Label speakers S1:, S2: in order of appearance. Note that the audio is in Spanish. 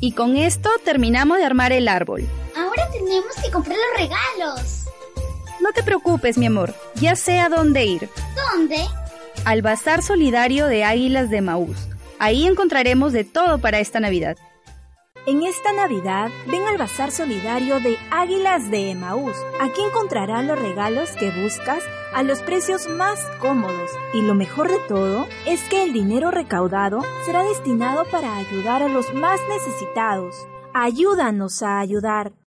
S1: Y con esto terminamos de armar el árbol.
S2: Ahora tenemos que comprar los regalos.
S1: No te preocupes, mi amor, ya sé a dónde ir.
S2: ¿Dónde?
S1: Al Bazar Solidario de Águilas de Maús. Ahí encontraremos de todo para esta Navidad.
S3: En esta Navidad, ven al Bazar Solidario de Águilas de Emaús. Aquí encontrarás los regalos que buscas a los precios más cómodos. Y lo mejor de todo es que el dinero recaudado será destinado para ayudar a los más necesitados. Ayúdanos a ayudar.